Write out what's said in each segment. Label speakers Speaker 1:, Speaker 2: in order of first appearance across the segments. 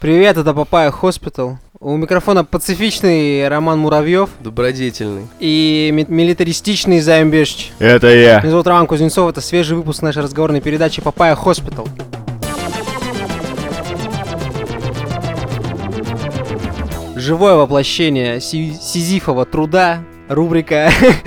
Speaker 1: Привет, это Папая Хоспитал. У микрофона пацифичный Роман Муравьев
Speaker 2: Добродетельный.
Speaker 1: и ми- милитаристичный Займ Бешич.
Speaker 3: Это я.
Speaker 1: Меня зовут Роман Кузнецов, это свежий выпуск нашей разговорной передачи Папая Хоспитал. Живое воплощение си- сизифова труда, рубрика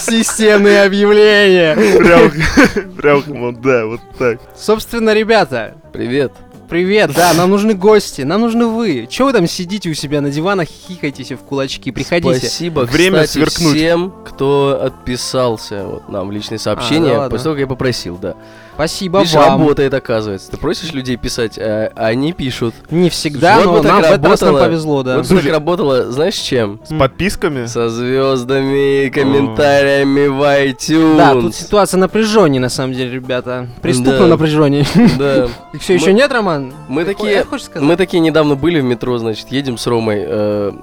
Speaker 1: «Системные объявления».
Speaker 3: Прям, прям, ну да, вот так.
Speaker 1: Собственно, ребята,
Speaker 2: Привет.
Speaker 1: Привет, да, нам нужны гости, нам нужны вы. Чего вы там сидите у себя на диванах, хихайтесь в кулачки, приходите.
Speaker 2: Спасибо,
Speaker 3: Время
Speaker 2: кстати,
Speaker 3: сверкнуть.
Speaker 2: всем, кто отписался вот, нам в личные сообщения,
Speaker 1: А, да ладно.
Speaker 2: после того, как я попросил, да.
Speaker 1: Спасибо
Speaker 2: Видишь,
Speaker 1: вам.
Speaker 2: работает, оказывается. Ты просишь людей писать, а они пишут.
Speaker 1: Не всегда,
Speaker 2: Слушай, вот
Speaker 1: но
Speaker 2: бы так
Speaker 1: нам в этот раз нам
Speaker 2: работало.
Speaker 1: повезло, да.
Speaker 2: Вот
Speaker 3: Слушай.
Speaker 2: так работало, знаешь, чем?
Speaker 3: С подписками?
Speaker 2: Со звездами, комментариями в iTunes.
Speaker 1: Да, тут ситуация напряженнее, на самом деле, ребята. Преступно
Speaker 2: Да.
Speaker 1: напряженнее.
Speaker 2: Да.
Speaker 1: Их все
Speaker 2: Мы-
Speaker 1: еще нет, Роман?
Speaker 2: Мы
Speaker 1: Ты
Speaker 2: такие-
Speaker 1: хо- хочешь сказать?
Speaker 2: Мы такие недавно были в метро, значит, едем с Ромой э,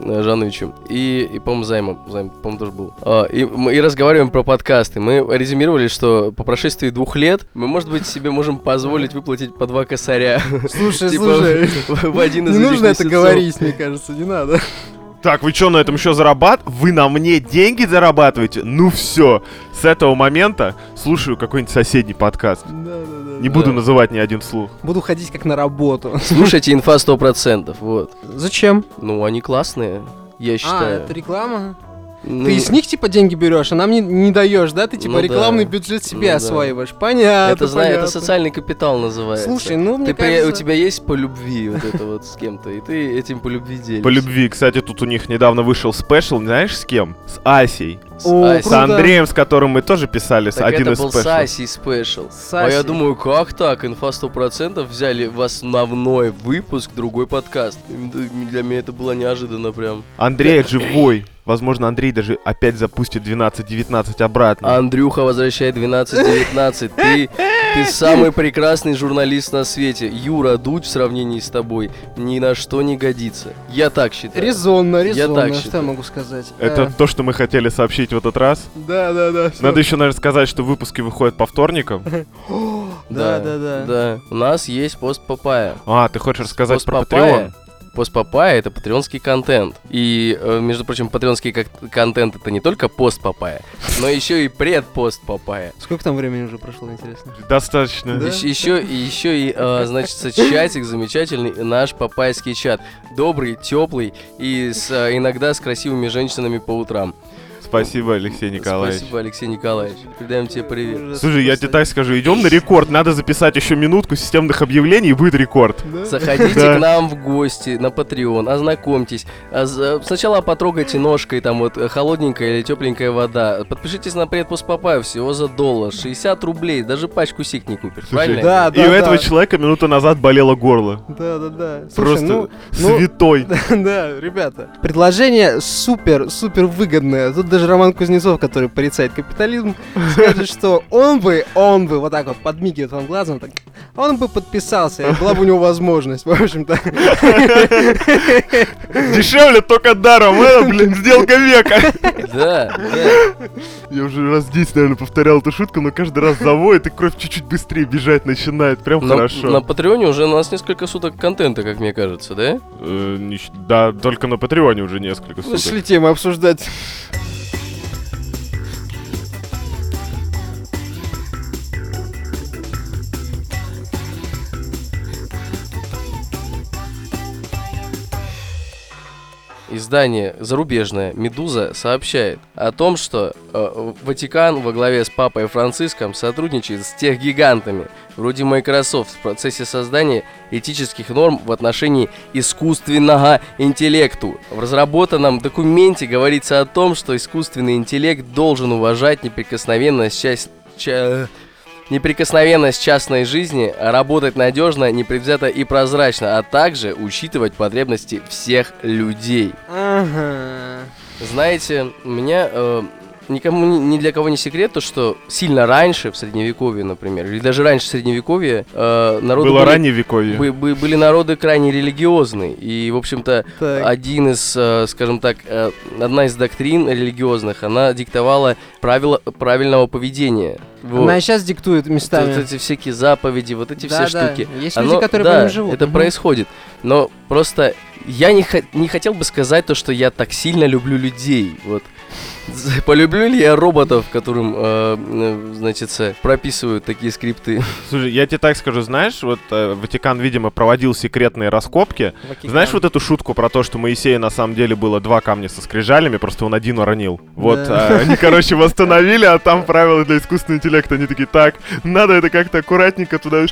Speaker 2: э, Жановичем и, и по-моему, Займом, Займ, по-моему, тоже был. А, и, мы- и разговариваем про подкасты. Мы резюмировали, что по прошествии двух лет мы, может быть, себе можем позволить выплатить по два косаря.
Speaker 1: Слушай,
Speaker 2: Типа,
Speaker 1: слушай.
Speaker 2: в в один из
Speaker 1: Не
Speaker 2: этих
Speaker 1: нужно это
Speaker 2: месяцев.
Speaker 1: говорить, мне кажется, не надо.
Speaker 3: Так, вы что, на этом еще зарабатываете? Вы на мне деньги зарабатываете? Ну все. С этого момента слушаю какой-нибудь соседний подкаст. Не
Speaker 1: Да-да-да.
Speaker 3: буду
Speaker 2: Да.
Speaker 3: называть ни один слух.
Speaker 1: Буду ходить как на работу.
Speaker 2: Слушайте, инфа 100%, вот.
Speaker 1: Зачем?
Speaker 2: Ну, они классные, я
Speaker 1: А,
Speaker 2: считаю.
Speaker 1: это реклама?
Speaker 2: Ну,
Speaker 1: Ты с них типа деньги берешь, а нам не, не даешь, да? Ты типа
Speaker 2: Ну да.
Speaker 1: рекламный бюджет себе
Speaker 2: Ну да.
Speaker 1: осваиваешь. Понятно.
Speaker 2: это, зна- это
Speaker 1: понятно.
Speaker 2: социальный капитал называется.
Speaker 1: Слушай, ну мне
Speaker 2: ты при-
Speaker 1: кажется,
Speaker 2: у тебя есть по любви вот это вот с кем-то, и ты этим по любви делишься.
Speaker 3: По любви, кстати, тут у них недавно вышел спешл, знаешь, с кем? С Асей.
Speaker 2: С
Speaker 1: О,
Speaker 2: Асей.
Speaker 3: С
Speaker 1: Круто.
Speaker 3: Андреем, с которым мы тоже писали, с
Speaker 2: Так
Speaker 3: один
Speaker 2: это
Speaker 3: из
Speaker 2: был
Speaker 3: спешлов.
Speaker 2: Саси спешл. А
Speaker 1: Саси.
Speaker 2: я думаю, как так? Инфа 100% взяли в основной выпуск другой подкаст. М, д- Для меня это было неожиданно прям.
Speaker 3: Андрей живой. Возможно, Андрей даже опять запустит 12-19 обратно.
Speaker 2: Андрюха возвращает 12-19. Ты, ты самый прекрасный журналист на свете. Юра Дудь в сравнении с тобой ни на что не годится. Я так считаю.
Speaker 1: резонно,
Speaker 2: Я
Speaker 1: резонно.
Speaker 2: так
Speaker 1: что я
Speaker 2: считаю.
Speaker 1: могу сказать? Э,
Speaker 3: Это то, что мы хотели сообщить в этот раз.
Speaker 1: Да, да, да.
Speaker 3: Надо еще, наверное, сказать, что выпуски выходят по вторникам.
Speaker 1: Да, да, да.
Speaker 2: Да. У нас есть пост Папая.
Speaker 3: А, ты хочешь рассказать
Speaker 2: Пост
Speaker 3: про
Speaker 2: Папая-
Speaker 3: Патреон?
Speaker 2: Пост Папая это патреонский контент. И, э, между прочим, патреонский кон- контент это не только пост Папая, но еще и предпост Папая.
Speaker 1: Сколько там времени уже прошло, интересно?
Speaker 3: Достаточно.
Speaker 1: Да.
Speaker 2: Еще, еще, и- еще и, э, значит, чатик замечательный, наш папайский чат. Добрый, теплый и с, э, иногда с красивыми женщинами по утрам.
Speaker 3: Спасибо, Алексей Николаевич.
Speaker 2: Спасибо, Алексей Николаевич. Передаем тебе привет.
Speaker 1: Ужас
Speaker 3: Слушай, я тебе
Speaker 1: просто.
Speaker 3: так скажу, идем на рекорд, надо записать еще минутку системных объявлений, и будет рекорд.
Speaker 1: Да?
Speaker 2: Заходите
Speaker 3: Да.
Speaker 2: к нам в гости на Patreon, ознакомьтесь. А за- Сначала потрогайте ножкой, там вот э, холодненькая или тепленькая вода. Подпишитесь на предпуск Папаю всего за доллар, 60 рублей, даже пачку сик не купишь, правильно?
Speaker 1: Да,
Speaker 3: И у
Speaker 1: да,
Speaker 3: этого
Speaker 1: да.
Speaker 3: человека минуту назад болело горло.
Speaker 1: Да, да, да. Слушай,
Speaker 3: Просто
Speaker 1: ну-
Speaker 3: святой.
Speaker 1: Да, ребята. Предложение супер, супер выгодное. Тут даже Роман Кузнецов, который порицает капитализм, скажет, что он бы, он бы, вот так вот подмигивает вам глазом, так, он бы подписался, и была бы у него возможность, в общем-то.
Speaker 3: Дешевле только даром, это, блин, сделка века.
Speaker 2: Да, да.
Speaker 3: Я уже раз 10, наверное, повторял эту шутку, но каждый раз заводит, и кровь чуть-чуть быстрее бежать начинает, прям
Speaker 2: На, на
Speaker 3: хорошо.
Speaker 2: Патреоне уже у нас несколько суток контента, как мне кажется, да?
Speaker 3: Э, нищ- Да, только на Патреоне уже несколько суток.
Speaker 1: Пошли темы обсуждать.
Speaker 2: Издание зарубежное «Медуза» сообщает о том, что э, Ватикан во главе с Папой Франциском сотрудничает с техгигантами вроде Microsoft в процессе создания этических норм в отношении искусственного интеллекту. В разработанном документе говорится о том, что искусственный интеллект должен уважать неприкосновенность часть... ча- неприкосновенность частной жизни, работать надежно, непредвзято и прозрачно, а также учитывать потребности всех людей.
Speaker 1: Ага.
Speaker 2: Знаете, меня э, никому ни- ни для кого не секрет, то что сильно раньше, в средневековье, например, или даже раньше средневековья, э, народы
Speaker 3: Было
Speaker 2: были-
Speaker 3: раннее вековье.
Speaker 2: бы- бы- были народы крайне религиозные. И, в общем-то,
Speaker 1: Так.
Speaker 2: один из, э, скажем так, э, одна из доктрин религиозных, она диктовала правила правильного поведения. Вот.
Speaker 1: Она сейчас диктует местами.
Speaker 2: Вот эти всякие заповеди, вот эти
Speaker 1: Да,
Speaker 2: все
Speaker 1: да.
Speaker 2: штуки.
Speaker 1: Есть
Speaker 2: Оно-
Speaker 1: люди, которые
Speaker 2: да,
Speaker 1: по ним живут.
Speaker 2: это
Speaker 1: Мгм.
Speaker 2: происходит. Но просто я не, хо- не хотел бы сказать то, что я так сильно люблю людей. Вот. З- Полюблю ли я роботов, которым, э, э, значит, э, прописывают такие скрипты?
Speaker 3: Слушай, я тебе так скажу, знаешь, вот э, Ватикан, видимо, проводил секретные раскопки.
Speaker 1: Ватикан.
Speaker 3: Знаешь вот эту шутку про то, что Моисея на самом деле было два камня со скрижалями, просто он один уронил. Вот,
Speaker 1: Да.
Speaker 3: э, они, короче, восстановили, а там правила для искусственного интеллекта. Они такие, так, надо это как-то аккуратненько туда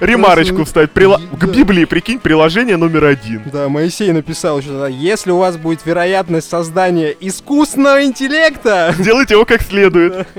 Speaker 3: ремарочку вставить. Прила-
Speaker 1: Да.
Speaker 3: К Библии, прикинь, приложение номер один.
Speaker 1: Да, Моисей написал еще тогда, если у вас будет вероятность создания искусственного интеллекта,
Speaker 3: Сделайте его как следует.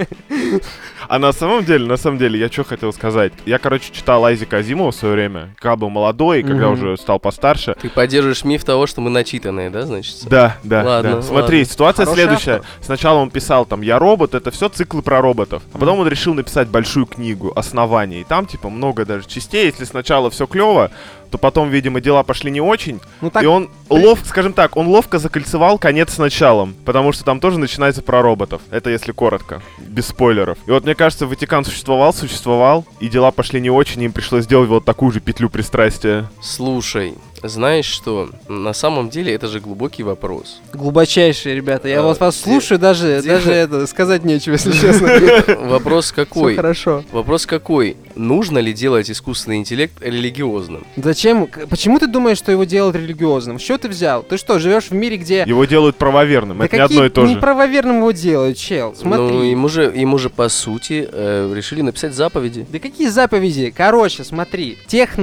Speaker 3: А на самом деле, на самом деле, я что хотел сказать. Я, короче, читал Айзека Азимова в свое время, когда был молодой, и когда
Speaker 1: Мгм.
Speaker 3: уже стал постарше.
Speaker 2: Ты поддерживаешь миф того, что мы начитанные, да, значит?
Speaker 3: Да, да,
Speaker 2: Ладно,
Speaker 3: да. Смотри,
Speaker 2: ладно.
Speaker 3: ситуация
Speaker 1: Хороший
Speaker 3: следующая.
Speaker 1: автор.
Speaker 3: Сначала он писал там «Я робот», это все циклы про роботов. А потом он решил написать большую книгу «Основание». И там, типа, много даже частей. Если сначала все клево, то потом, видимо, дела пошли не очень.
Speaker 1: ну так
Speaker 3: и он лов, скажем так, он ловко закольцевал конец с началом, потому что там тоже начинается про роботов. Это если коротко, без спойлеров. И вот мне кажется, Ватикан существовал, существовал, и дела пошли не очень, и им пришлось сделать вот такую же петлю пристрастия.
Speaker 2: Слушай, знаешь что? На самом деле это же глубокий вопрос.
Speaker 1: глубочайшие, ребята. Я
Speaker 2: А,
Speaker 1: вот вас
Speaker 2: где-
Speaker 1: слушаю, даже,
Speaker 2: где-
Speaker 1: даже это сказать нечего, если честно.
Speaker 2: Вопрос
Speaker 1: Все
Speaker 2: какой?
Speaker 1: хорошо.
Speaker 2: Вопрос какой? Нужно ли делать искусственный интеллект религиозным?
Speaker 1: Зачем? к- Почему ты думаешь, что его делают религиозным? С чего ты взял? Ты что, живешь в мире, где...
Speaker 3: Его делают правоверным,
Speaker 1: Да
Speaker 3: это не одно и то же.
Speaker 1: неправоверным его делают, чел?
Speaker 2: Ну,
Speaker 1: Смотри.
Speaker 2: ему же, ему же по сути э, решили написать заповеди.
Speaker 1: Да какие заповеди? Короче, смотри,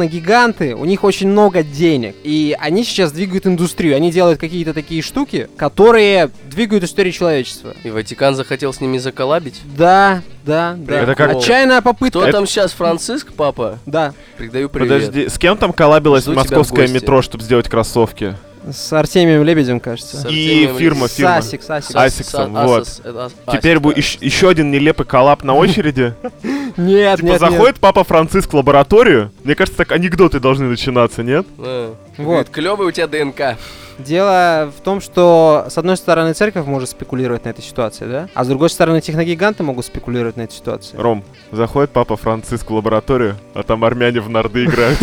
Speaker 1: техногиганты, у них очень много денег, и они сейчас двигают индустрию, они делают какие-то такие штуки, которые двигают историю человечества.
Speaker 2: И Ватикан захотел с ними заколабить.
Speaker 1: Да, да, да.
Speaker 3: Это как-
Speaker 1: Отчаянная попытка.
Speaker 2: Кто
Speaker 3: Это-
Speaker 2: там сейчас, Франциск, папа?
Speaker 1: Да,
Speaker 2: Придаю привет.
Speaker 3: Подожди, с кем там коллабилось
Speaker 2: Жду тебя в
Speaker 3: московское
Speaker 2: гости.
Speaker 3: метро, чтобы сделать кроссовки?
Speaker 1: с Артемием Лебедем, кажется.
Speaker 2: С
Speaker 3: И
Speaker 2: Артемием
Speaker 3: фирма, фирма.
Speaker 1: Сасик, Сасик.
Speaker 2: Сас-
Speaker 3: Асиксом,
Speaker 2: Сас-
Speaker 3: вот.
Speaker 2: Асос- э, Ас-
Speaker 3: Теперь
Speaker 2: Асик,
Speaker 3: будет
Speaker 2: да.
Speaker 3: еще один нелепый коллап на очереди.
Speaker 1: Нет,
Speaker 3: Типа
Speaker 1: нет,
Speaker 3: заходит папа Франциск в лабораторию. Мне кажется, так анекдоты должны начинаться, нет?
Speaker 2: Э.
Speaker 1: Вот.
Speaker 2: Говорит, клевый у тебя ДНК.
Speaker 1: нет. Дело в том, что с одной стороны церковь может спекулировать на этой ситуации, да? А с другой стороны техногиганты могут спекулировать на этой ситуации.
Speaker 3: Ром, заходит папа Франциск в лабораторию, а там армяне в нарды играют.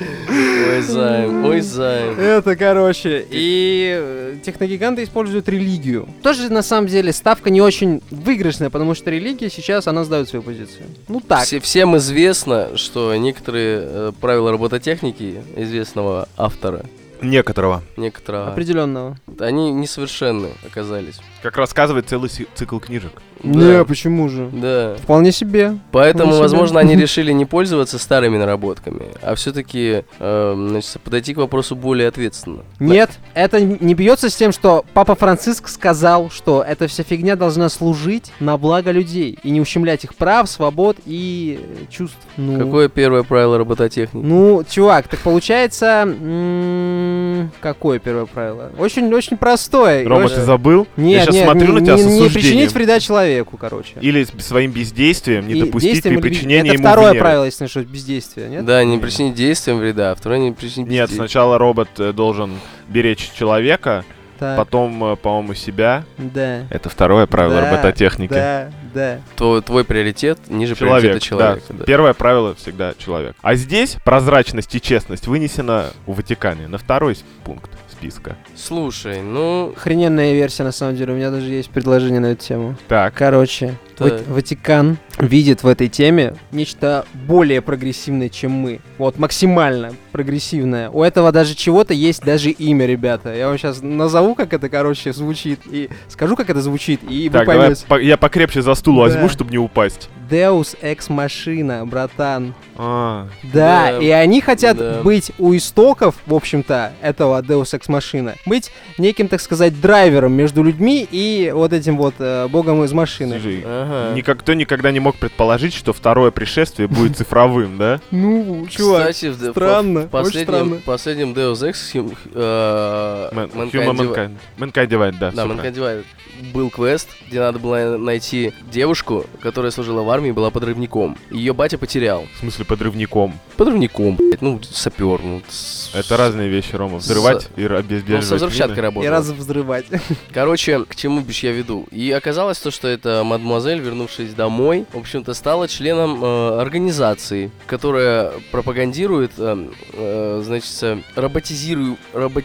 Speaker 2: Ой, займ, ой, займ.
Speaker 1: Это, короче, и э, техногиганты используют религию. Тоже, на самом деле, ставка не очень выигрышная, потому что религия сейчас, она сдает свою позицию. Ну так.
Speaker 2: Все- всем известно, что некоторые э, правила робототехники известного автора,
Speaker 3: Некоторого. А
Speaker 2: некоторого,
Speaker 1: Определенного.
Speaker 2: они несовершенны оказались.
Speaker 3: Как рассказывает целый си- цикл книжек.
Speaker 2: Да.
Speaker 1: почему же?
Speaker 2: Да.
Speaker 1: Вполне себе.
Speaker 2: Поэтому,
Speaker 1: Вполне себе.
Speaker 2: возможно, они решили не пользоваться старыми наработками, а все-таки значит, подойти к вопросу более ответственно.
Speaker 1: Нет, это не бьется с тем, что Папа Франциск сказал, что эта вся фигня должна служить на благо людей и не ущемлять их прав, свобод и э, чувств. Ну,
Speaker 2: Какое первое правило робототехники?
Speaker 1: Ну, чувак, так получается... м, Какое первое правило? Очень-очень простое. и
Speaker 3: Рома,
Speaker 1: очень-
Speaker 3: ты забыл?
Speaker 1: Нет,
Speaker 3: Я сейчас
Speaker 1: нет,
Speaker 3: смотрю
Speaker 1: не,
Speaker 3: на тебя
Speaker 1: не-
Speaker 3: с
Speaker 1: не причинить
Speaker 3: осуждением.
Speaker 1: вреда человеку, короче.
Speaker 3: Или с- своим бездействием не
Speaker 1: И
Speaker 3: допустить
Speaker 1: действием
Speaker 3: при
Speaker 1: или без-
Speaker 3: причинении
Speaker 1: Это
Speaker 3: ему
Speaker 1: второе
Speaker 3: вреда.
Speaker 1: правило, если не ошибаюсь, бездействие, нет?
Speaker 2: Да, не причинить действием вреда, а второе не причинить
Speaker 3: Нет,
Speaker 2: бездействием.
Speaker 3: сначала робот э, должен беречь человека,
Speaker 1: Так,
Speaker 3: потом, э, по-моему, себя.
Speaker 1: да.
Speaker 3: Это второе правило
Speaker 1: Да,
Speaker 3: робототехники.
Speaker 1: Да, да.
Speaker 2: Тво- твой приоритет ниже
Speaker 3: Человек,
Speaker 2: приоритета человека.
Speaker 3: да.
Speaker 2: да.
Speaker 3: Первое правило всегда человек. А здесь прозрачность и честность вынесена у Ватикане на второй с- пункт списка.
Speaker 2: Слушай, ну...
Speaker 1: Охрененная версия, на самом деле. У меня даже есть предложение на эту тему.
Speaker 3: Так,
Speaker 1: Короче,
Speaker 2: Так.
Speaker 1: Ват- Ватикан видит в этой теме нечто более прогрессивное, чем мы. Вот, максимально прогрессивное. У этого даже чего-то есть даже имя, ребята. Я вам сейчас назову, как это, короче, звучит, и скажу, как это звучит, и вы
Speaker 3: так давай
Speaker 1: поймете.
Speaker 3: по- я покрепче за стул
Speaker 1: Да.
Speaker 3: возьму, чтобы не упасть.
Speaker 1: Deus Ex Machina, братан.
Speaker 3: А,
Speaker 1: Да,
Speaker 2: Да,
Speaker 1: и они хотят
Speaker 2: да.
Speaker 1: быть у истоков, в общем-то, этого Deus Ex Machina, быть неким, так сказать, драйвером между людьми и вот этим вот э, богом из машины.
Speaker 3: слушай,
Speaker 2: Ага.
Speaker 3: Никто никогда не мог предположить, что второе пришествие будет цифровым, да?
Speaker 1: Ну, чувак,
Speaker 2: Кстати, в-
Speaker 1: странно,
Speaker 2: в
Speaker 1: очень странно.
Speaker 2: последнем, последнем Deus Ex хим- э,
Speaker 3: Мэн-
Speaker 2: Mankind
Speaker 3: Human
Speaker 2: Divi-
Speaker 3: Mankind. Mankind Divide,
Speaker 2: Да,
Speaker 3: да. всё
Speaker 2: Mankind Divided. Был квест, где надо было найти девушку, которая служила в армии и была подрывником. Ее батя потерял.
Speaker 3: В смысле, подрывником.
Speaker 2: Подрывником, блядь, ну, сапер, ну. с-
Speaker 3: Это разные вещи, Рома.
Speaker 2: С- Ну,
Speaker 3: Взрывать и
Speaker 2: Он
Speaker 3: обездвиживать.
Speaker 2: со взрывчаткой
Speaker 1: и
Speaker 3: мины.
Speaker 2: работал.
Speaker 1: раз взрывать.
Speaker 2: Короче, к чему бишь я веду? И оказалось то, что эта мадемуазель, вернувшись домой, в общем-то, стала членом э, организации, которая пропагандирует, э, э, значит, э, роботизирую-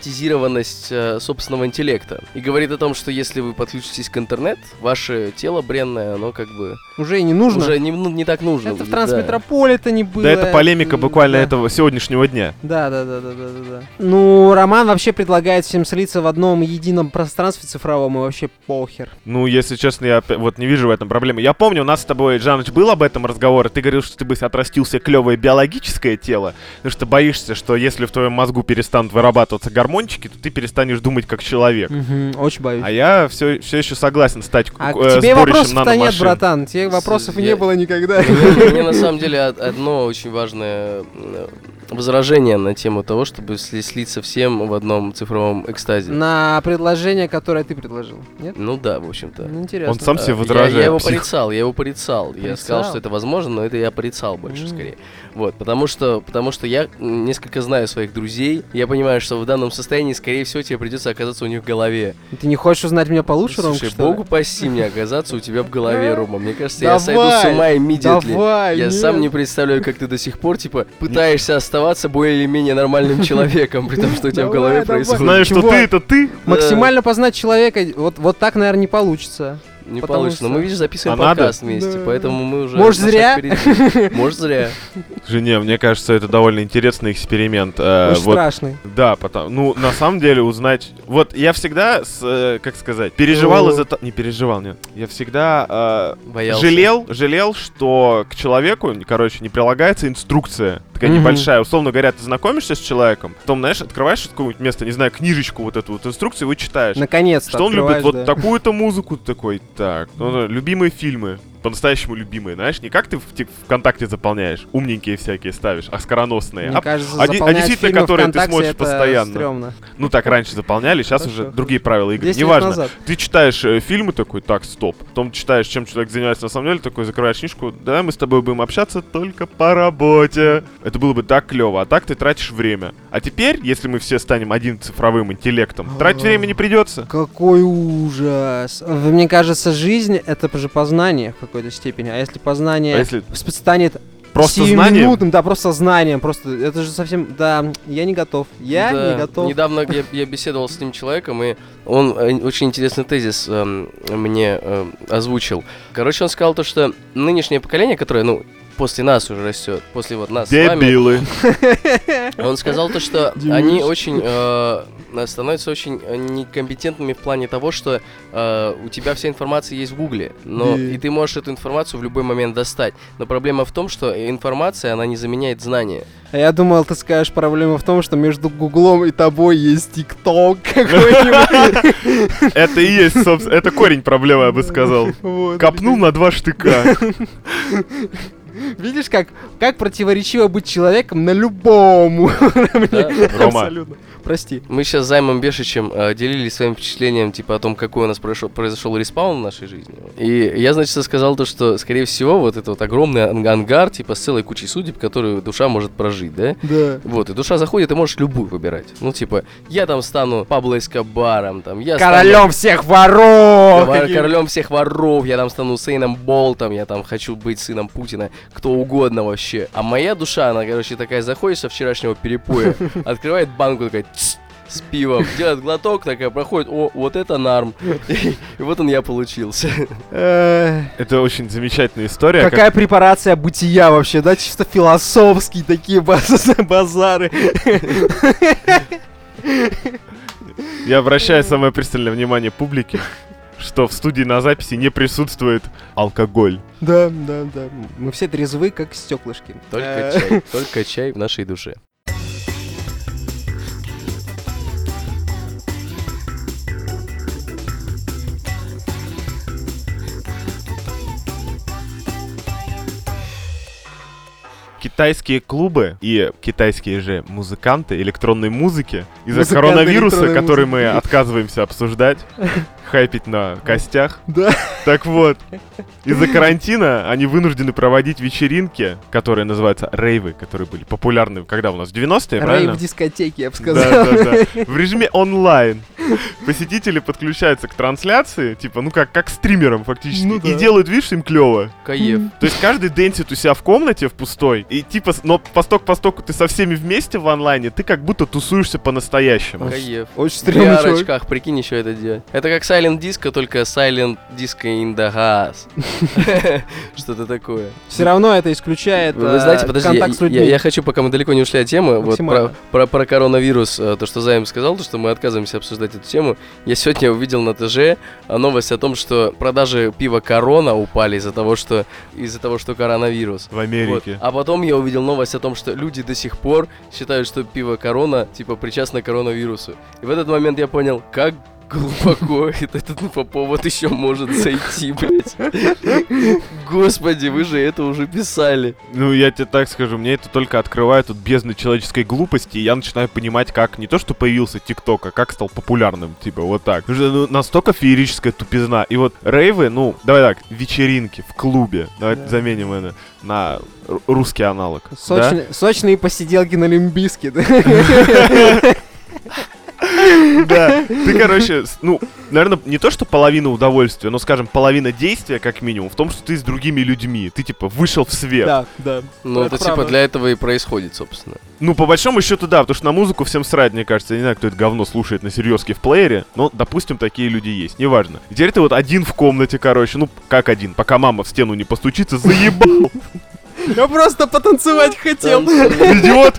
Speaker 2: роботизированность э, собственного интеллекта. И говорит о том, что если вы подключитесь к интернет, ваше тело бренное, оно как бы
Speaker 1: Уже и не нужно.
Speaker 2: уже не, ну, не так нужно.
Speaker 1: Это в
Speaker 2: Да.
Speaker 1: Трансметрополе это не было.
Speaker 3: Да, это полемика буквально
Speaker 1: Да.
Speaker 3: этого сегодняшнего дня.
Speaker 1: Да, да, да, да, да, да, да. Ну, Роман вообще предлагает всем слиться в одном едином пространстве цифровом, и вообще похер.
Speaker 3: Ну, если честно, я опя- вот не вижу в этом проблемы. Я помню, у нас с тобой, Джаныч, был об этом разговор, и ты говорил, что ты бы отрастил себе клевое биологическое тело, потому что боишься, что если в твоем мозгу перестанут вырабатываться гормончики, то ты перестанешь думать как человек.
Speaker 1: Мгм, очень боюсь.
Speaker 3: А я все, все еще согласен стать
Speaker 1: А,
Speaker 3: э,
Speaker 1: к тебе
Speaker 3: сборищем
Speaker 1: вопросов-то нет,
Speaker 3: наномашин.
Speaker 1: братан. Тебе вопросов
Speaker 2: я-
Speaker 1: не было никогда.
Speaker 2: Мне мне на самом деле од- одно очень важное э, возражение на тему того, чтобы сли- слиться всем в одном цифровом экстазе.
Speaker 1: На предложение, которое ты предложил. Нет?
Speaker 2: Ну да, в общем-то.
Speaker 1: Ну, интересно.
Speaker 3: Он сам себе
Speaker 2: Э, я-
Speaker 3: возражает.
Speaker 2: Я, его
Speaker 3: псих.
Speaker 2: порицал, я его порицал. Я
Speaker 1: Порицал?
Speaker 2: сказал, что это возможно, но это я порицал больше
Speaker 1: М.
Speaker 2: скорее. Вот, потому что, потому что я м, несколько знаю своих друзей. Я понимаю, что в данном состоянии, скорее всего, тебе придется оказаться у них в голове.
Speaker 1: Ты не хочешь узнать меня получше, Ромка,
Speaker 2: Слушай,
Speaker 1: что ли?
Speaker 2: богу паси мне оказаться у тебя в голове, Рома. Мне кажется, я сойду
Speaker 1: Давай,
Speaker 2: с ума immediately.
Speaker 1: Давай,
Speaker 2: Я
Speaker 1: нет.
Speaker 2: сам не представляю, как ты до сих пор, типа, пытаешься оставаться более или менее нормальным человеком, при том, что у тебя в
Speaker 1: Давай,
Speaker 2: голове
Speaker 1: давай.
Speaker 2: происходит.
Speaker 3: Знаешь, что
Speaker 1: Чувак.
Speaker 3: ты, это ты?
Speaker 1: Максимально познать человека, вот, вот так, наверное, не получится.
Speaker 2: Не
Speaker 1: потому
Speaker 2: получится. Но
Speaker 1: что-
Speaker 2: мы, видишь, записываем
Speaker 3: А надо?
Speaker 2: подкаст вместе,
Speaker 1: Да.
Speaker 2: поэтому мы уже...
Speaker 1: Может,
Speaker 2: на шаг
Speaker 1: зря?
Speaker 2: впереди. Может, зря.
Speaker 3: Жене, мне кажется, это довольно интересный эксперимент. Э,
Speaker 1: Очень
Speaker 3: вот
Speaker 1: страшный.
Speaker 3: Да, потому, ну, на самом деле узнать... Вот я всегда, с, э, как сказать, переживал
Speaker 1: Ну.
Speaker 3: из-за... то- Не переживал, нет. Я всегда э,
Speaker 2: Боялся.
Speaker 3: жалел, жалел, что к человеку, короче, не прилагается инструкция. Такая
Speaker 1: Мгм.
Speaker 3: небольшая. Условно говоря, ты знакомишься с человеком, потом, знаешь, открываешь какое-нибудь место, не знаю, книжечку вот эту вот инструкцию, и вы читаешь.
Speaker 1: Наконец-то.
Speaker 3: Что он любит?
Speaker 1: открываешь,
Speaker 3: Вот
Speaker 1: да.
Speaker 3: такую-то музыку такой, так. ну, да, любимые фильмы. По-настоящему любимые, знаешь, не как ты в те- ВКонтакте заполняешь, умненькие всякие ставишь, а скороносные.
Speaker 1: Мне
Speaker 3: а
Speaker 1: кажется,
Speaker 3: а де- а
Speaker 1: заполнять
Speaker 3: действительно,
Speaker 1: фильмы
Speaker 3: которые ты
Speaker 1: ВКонтакте
Speaker 3: смотришь
Speaker 1: это
Speaker 3: постоянно?
Speaker 1: стрёмно.
Speaker 3: Ну так раньше заполняли, сейчас
Speaker 1: Хорошо.
Speaker 3: уже другие правила игры.
Speaker 1: 10 лет
Speaker 3: Неважно.
Speaker 1: назад.
Speaker 3: Ты читаешь э, фильмы такой, так, стоп. Потом читаешь, чем человек занимается на самом деле, такой закрываешь книжку, да, мы с тобой будем общаться только по работе. Это было бы так клево, а так ты тратишь время. А теперь, если мы все станем один цифровым интеллектом, тратить
Speaker 1: А.
Speaker 3: время не придется.
Speaker 1: Какой ужас. В- Мне кажется, жизнь это же познание в какой-то степени. А если познание
Speaker 3: А если
Speaker 1: сп- станет
Speaker 3: просто знание,
Speaker 1: сиюминутным, да, просто знанием, просто это же совсем, да, я не готов, я
Speaker 2: Да.
Speaker 1: не готов.
Speaker 2: Недавно я, я беседовал с ним человеком, и он э, очень интересный тезис эм, мне эм, озвучил. Короче, он сказал то, что нынешнее поколение, которое, ну, после нас уже растет, после вот нас с вами,
Speaker 3: дебилы.
Speaker 2: Он сказал то, что
Speaker 1: Димыч.
Speaker 2: они очень э, становятся очень э, некомпетентными в плане того, что э, у тебя вся информация есть в Гугле, но
Speaker 1: Да.
Speaker 2: и ты можешь эту информацию в любой момент достать. Но проблема в том, что информация она не заменяет знания.
Speaker 1: А я думал, ты скажешь, проблема в том, что между Гуглом и тобой есть ТикТок какой-нибудь.
Speaker 3: Это и есть, собственно, это корень проблемы, я бы сказал.
Speaker 1: Вот.
Speaker 3: Копнул на два штыка.
Speaker 1: Видишь, как, как противоречиво быть человеком на любом
Speaker 2: да?
Speaker 1: уровне.
Speaker 3: Рома.
Speaker 1: Абсолютно. Прости.
Speaker 2: Мы сейчас с Займом Бешичем э, делились своим впечатлением, типа, о том, какой у нас произошел, произошел респаун в нашей жизни. И я, значит, сказал то, что, скорее всего, вот этот вот огромный ан- ангар, типа, с целой кучей судеб, которую душа может прожить, да?
Speaker 1: Да.
Speaker 2: Вот, и душа заходит, ты можешь любую выбирать. Ну, типа, я там стану Пабло Эскобаром, там, я
Speaker 1: Королем всех
Speaker 2: стану
Speaker 1: воров!
Speaker 2: кор-
Speaker 1: Какие-
Speaker 2: королем всех воров, я там стану Сейном Болтом, я там хочу быть сыном Путина, кто угодно вообще. А моя душа, она, короче, такая заходит со вчерашнего перепоя, открывает банку, такая «Тсс», с пивом, делает глоток, такая проходит, о, вот это норм. И вот он я получился.
Speaker 1: Э,
Speaker 3: Это очень замечательная история. как-
Speaker 1: Какая препарация бытия вообще, да? Чисто философские такие баз- базары.
Speaker 3: Я обращаю самое пристальное внимание публики, что в студии на записи не присутствует алкоголь.
Speaker 1: Да, да, да. Мы все трезвы, как Э, стеклышки.
Speaker 2: Только чай, только чай в нашей душе.
Speaker 3: китайские клубы и китайские же музыканты электронной музыки из-за
Speaker 1: Музыканты
Speaker 3: коронавируса,
Speaker 1: электронной
Speaker 3: который мы
Speaker 1: музыки.
Speaker 3: отказываемся обсуждать, хайпить на костях.
Speaker 1: Да.
Speaker 3: Так вот, из-за карантина они вынуждены проводить вечеринки, которые называются рейвы, которые были популярны, когда у нас, в 90-е, правильно?
Speaker 1: Рейв дискотеки, я бы
Speaker 3: Да,
Speaker 1: сказал.
Speaker 3: да, да. В режиме онлайн. Посетители подключаются к трансляции, типа, ну как, как стримерам фактически,
Speaker 1: Ну
Speaker 3: и
Speaker 1: да.
Speaker 3: делают вид, что им клево.
Speaker 2: Каев.
Speaker 3: То есть каждый дэнсит у себя в комнате, в пустой, и типа, с- но посток постоку ты со всеми вместе в онлайне, ты как будто тусуешься по-настоящему.
Speaker 2: Каев.
Speaker 1: Очень
Speaker 2: В
Speaker 1: стрёмный чувак.
Speaker 2: VR-очках, прикинь, еще это делать. Это как Silent Disco, только Silent Disco in the house. Что-то такое.
Speaker 1: Все равно это исключает
Speaker 2: Вы знаете,
Speaker 1: э,
Speaker 2: подожди, я,
Speaker 1: контакт с людьми.
Speaker 2: я- я хочу, пока мы далеко не ушли от темы, вот про,
Speaker 1: Максимально.
Speaker 2: про, про коронавирус, э, то, что Займ сказал, то, что мы отказываемся обсуждать эту тему. Я сегодня увидел на ТЖ э, новость о том, что продажи пива Корона упали из-за того, что из-за того, что коронавирус.
Speaker 3: В
Speaker 2: Вот.
Speaker 3: Америке.
Speaker 2: А потом я увидел новость о том, что люди до сих пор считают, что пиво Корона типа причастно к коронавирусу. И в этот момент я понял, как глубоко это- этот ну, повод еще может зайти, блядь. Господи, вы же это уже писали.
Speaker 3: Ну, я тебе так скажу, мне это только открывает тут бездну человеческой глупости, и я начинаю понимать, как не то, что появился ТикТок, а как стал популярным, типа, вот так. Потому что, ну, настолько феерическая тупизна. И вот рейвы, ну, давай так, вечеринки в клубе, давай
Speaker 1: Да.
Speaker 3: заменим это на ру- русский аналог. да?
Speaker 1: Сочные, сочные посиделки на Лимбиске.
Speaker 3: Да, ты, короче, с- ну, наверное, не то, что половина удовольствия, но, скажем, половина действия, как минимум, в том, что ты с другими людьми. Ты, типа, вышел в свет.
Speaker 1: Да, да.
Speaker 2: Ну,
Speaker 1: Ну,
Speaker 2: это
Speaker 1: это
Speaker 2: типа
Speaker 1: правда.
Speaker 2: для этого и происходит, собственно.
Speaker 3: Ну, по большому счету, да, потому что на музыку всем срать, мне кажется. Я не знаю, кто это говно слушает на серьезке в плеере, но, допустим, такие люди есть, неважно. И Теперь ты вот один в комнате, короче, ну, как один, пока мама в стену не постучится, заебал,
Speaker 1: Я просто потанцевать хотел.
Speaker 3: идиот!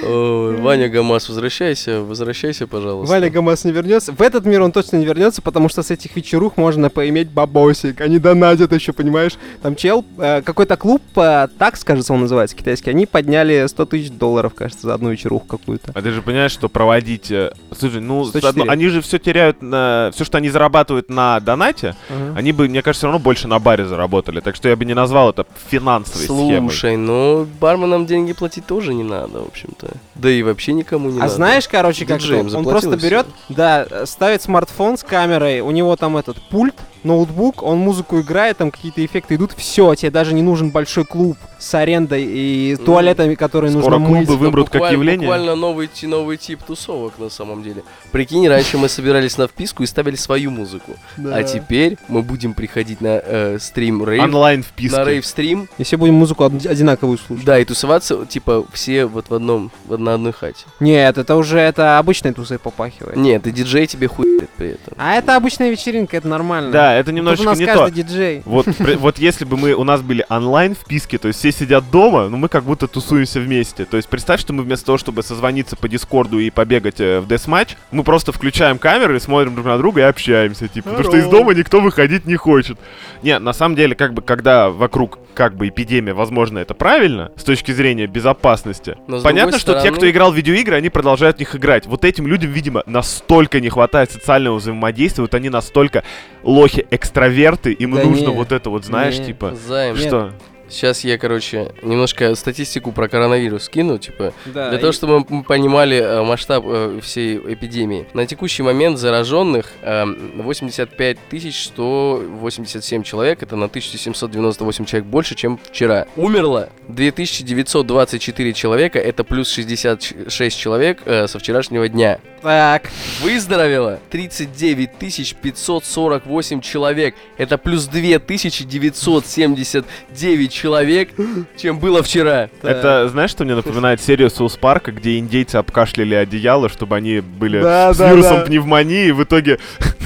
Speaker 2: Ой, Ваня Гамас, возвращайся, возвращайся, пожалуйста.
Speaker 1: Валя Гамас не вернется. В этот мир он точно не вернется, потому что с этих вечерух можно поиметь бабосик. Они донатят еще, понимаешь? Там чел, э, какой-то клуб, э, так, кажется, он называется китайский, они подняли 100 тысяч долларов, кажется, за одну вечеруху какую-то.
Speaker 3: А ты же понимаешь, что проводить... э, Слушай, ну, с
Speaker 1: 104.
Speaker 3: одно- они же все теряют на... Все, что они зарабатывают на донате, они бы, мне кажется, все равно больше на баре заработали. Так что я бы не назвал это финансовой схемой.
Speaker 2: Слушай, ну барменам деньги платить тоже не надо, в общем-то. Да и вообще никому не
Speaker 1: А
Speaker 2: надо.
Speaker 1: знаешь, короче, как
Speaker 2: Диджеем
Speaker 1: же, он
Speaker 2: заплатил
Speaker 1: просто
Speaker 2: и всё.
Speaker 1: берет, да, э, ставит смартфон с камерой, у него там этот пульт, ноутбук, он музыку играет, там какие-то эффекты идут, все, тебе даже не нужен большой клуб с арендой и
Speaker 2: Ну,
Speaker 1: туалетами, которые нужно
Speaker 3: скоро
Speaker 1: мыть.
Speaker 3: клубы
Speaker 2: Это
Speaker 3: вымрут как
Speaker 2: букваль-
Speaker 3: явление?
Speaker 2: Буквально новый, ти- новый тип тусовок на самом деле. Прикинь, раньше мы собирались на вписку и ставили свою музыку. А
Speaker 1: Да.
Speaker 2: теперь мы будем приходить на э, стрим рейв,
Speaker 3: Онлайн
Speaker 2: на
Speaker 3: вписки.
Speaker 2: рейв-стрим,
Speaker 1: И все будем музыку од- одинаковую слушать.
Speaker 2: да, и тусоваться, типа, все вот в одном, в одной- на одной хате.
Speaker 1: Нет, это уже это обычной тусой попахивает.
Speaker 2: Нет, и диджей тебе хуй при этом.
Speaker 1: А это обычная вечеринка, это нормально.
Speaker 3: Да, это
Speaker 1: Тут
Speaker 3: немножечко
Speaker 1: у нас
Speaker 3: не то.
Speaker 1: каждый диджей.
Speaker 3: Вот, при- вот если бы мы у нас были онлайн вписки, то есть все сидят дома, ну мы как будто тусуемся вместе. То есть представь, что мы вместо того, чтобы созвониться по дискорду и побегать э, в десматч, мы просто включаем камеры и смотрим друг на друга и общаемся, типа, потому что из
Speaker 1: Здорово.
Speaker 3: дома никто выходить не хочет. Не, на самом деле, как бы, когда вокруг как бы эпидемия, возможно, это правильно с точки зрения безопасности.
Speaker 2: Но с
Speaker 3: Понятно,
Speaker 2: другой
Speaker 3: что те,
Speaker 2: стороны-
Speaker 3: кто играл в видеоигры, они продолжают в них играть. Вот этим людям, видимо, настолько не хватает социального взаимодействия, вот они настолько лохи-экстраверты, им
Speaker 1: Да
Speaker 3: нужно
Speaker 1: не,
Speaker 3: вот это вот, знаешь,
Speaker 1: не.
Speaker 3: типа...
Speaker 2: Займ.
Speaker 3: Что?
Speaker 2: Сейчас я, короче, немножко статистику про коронавирус кину, типа,
Speaker 1: Да,
Speaker 2: Для того, чтобы мы понимали э, масштаб э, всей эпидемии. На текущий момент зараженных э, 85 187 человек. Это на 1798 человек больше, чем вчера. Умерло 2924 человека. Это плюс 66 человек э, со вчерашнего дня.
Speaker 1: Так,
Speaker 2: Выздоровело 39 548 человек. Это плюс 2979 человек, чем было вчера.
Speaker 3: Это, знаешь, что мне напоминает серию Соус Парка, где индейцы обкашляли одеяло, чтобы они были
Speaker 1: Да,
Speaker 3: с
Speaker 1: да,
Speaker 3: вирусом
Speaker 1: да.
Speaker 3: пневмонии, и в итоге